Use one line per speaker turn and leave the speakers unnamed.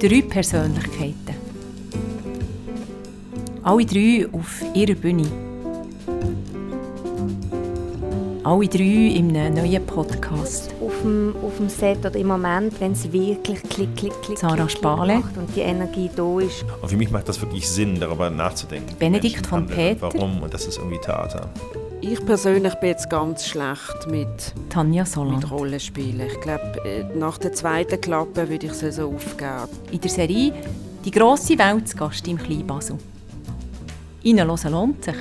Drei Persönlichkeiten. Alle drei auf ihrer Bühne. Alle drei in einem neuen Podcast.
auf dem, auf dem Set oder im Moment, wenn es wirklich klick, klick, klick,
Sarah
klick, klick
Spale.
macht und die Energie da ist.
Und für mich macht das wirklich Sinn, darüber nachzudenken. wie
Benedikt
Menschen
von
handeln und
Peter.
Warum? Und das ist irgendwie Theater.
Ich persönlich bin jetzt ganz schlecht mit,
Tanja
mit
Soland.
Rollenspielen. Ich glaube, nach der zweiten Klappe würde ich es also aufgeben.
In der Serie «Die grosse Welt» zu Gast im Kleinbasel. Reinhören lohnt sich.